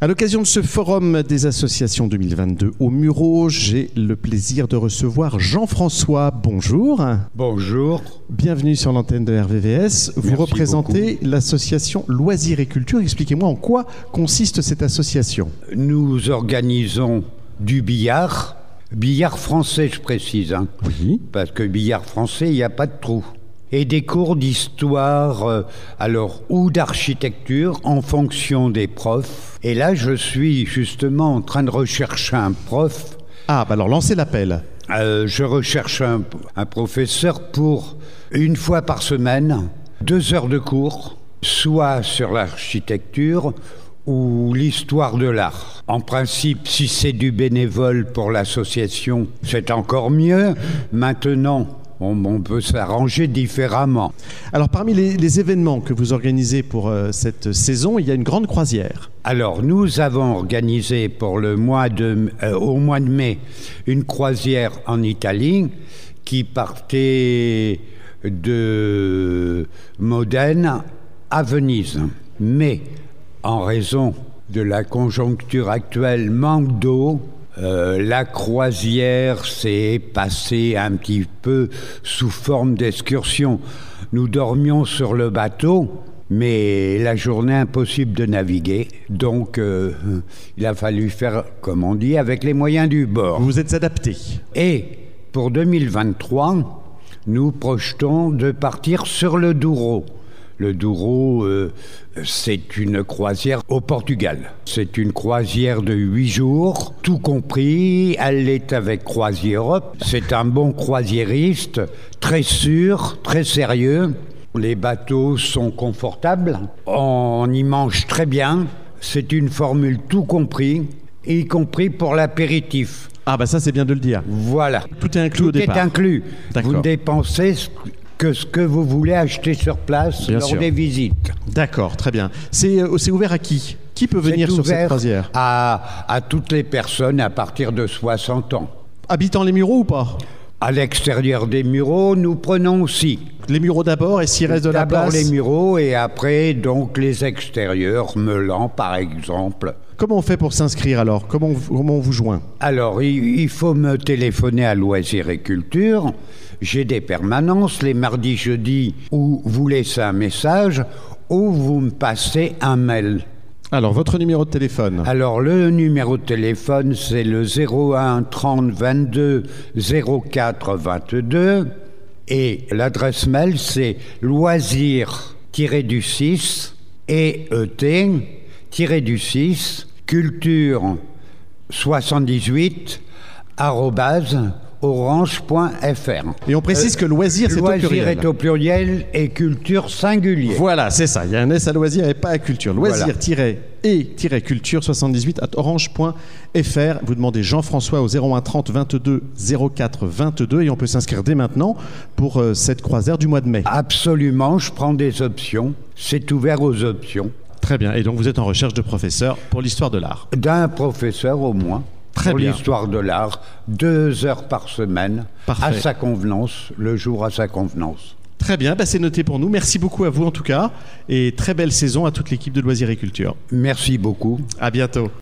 À l'occasion de ce forum des associations 2022 au Muro, j'ai le plaisir de recevoir Jean-François. Bonjour. Bonjour. Bienvenue sur l'antenne de RVVS. Vous Merci représentez l'association Loisirs et Culture. Expliquez-moi en quoi consiste cette association. Nous organisons du billard. Billard français, je précise. hein. Oui. Parce que billard français, il n'y a pas de trou. Et des cours d'histoire, euh, alors, ou d'architecture, en fonction des profs. Et là, je suis justement en train de rechercher un prof. Ah, bah alors lancez l'appel. Euh, je recherche un, un professeur pour une fois par semaine, deux heures de cours, soit sur l'architecture ou l'histoire de l'art. En principe, si c'est du bénévole pour l'association, c'est encore mieux. Maintenant, on, on peut s'arranger différemment. Alors parmi les, les événements que vous organisez pour euh, cette saison, il y a une grande croisière. Alors, nous avons organisé pour le mois de, euh, au mois de mai une croisière en Italie qui partait de Modène à Venise. Mais en raison de la conjoncture actuelle, manque d'eau, euh, la croisière s'est passée un petit peu sous forme d'excursion. Nous dormions sur le bateau, mais la journée impossible de naviguer, donc euh, il a fallu faire, comme on dit, avec les moyens du bord. Vous vous êtes adapté. Et pour 2023, nous projetons de partir sur le Douro. Le Douro, euh, c'est une croisière au Portugal. C'est une croisière de huit jours, tout compris. Elle est avec Croisière Europe. C'est un bon croisiériste, très sûr, très sérieux. Les bateaux sont confortables. On y mange très bien. C'est une formule tout compris, y compris pour l'apéritif. Ah bah ça c'est bien de le dire. Voilà. Tout est inclus Tout au départ. est inclus. D'accord. Vous ne dépensez ce- que ce que vous voulez acheter sur place Bien lors sûr. des visites. D'accord, très bien. C'est euh, c'est ouvert à qui Qui peut venir C'est sur cette ouvert croisière à, à toutes les personnes à partir de 60 ans. Habitant les Mureaux ou pas À l'extérieur des Mureaux, nous prenons aussi Les Mureaux d'abord et s'il reste de la d'abord place. les Mureaux et après donc les extérieurs, Melan par exemple. Comment on fait pour s'inscrire alors comment on, comment on vous joint Alors, il, il faut me téléphoner à Loisirs et Culture. J'ai des permanences les mardis, jeudis, où vous laissez un message ou vous me passez un mail. Alors votre numéro de téléphone. Alors, le numéro de téléphone, c'est le 01 30 22 04 22. Et l'adresse mail, c'est loisirs-du-6 et E et-du-6 culture 78 arobase orange.fr. Et on précise que loisir, c'est au Loisirs pluriel. Euh, est au pluriel et culture singulier. Voilà, c'est ça. Il y a un S à loisirs et pas à culture. Voilà. Loisirs-et-culture 78 at orange.fr. Vous demandez Jean-François au 01 30 22 04 22 et on peut s'inscrire dès maintenant pour euh, cette croisière du mois de Ah. mai. Absolument, je prends des options. C'est ouvert aux options. Très bien. Et donc vous êtes en recherche de professeurs pour l'histoire de l'art. D'un professeur au moins. Très pour bien. l'histoire de l'art, deux heures par semaine, à Parfait. sa convenance, le jour à sa convenance. Très bien, bah, c'est noté pour nous. Merci beaucoup à vous en tout cas et très belle saison à toute l'équipe de Loisirs et Culture. Merci beaucoup. À bientôt.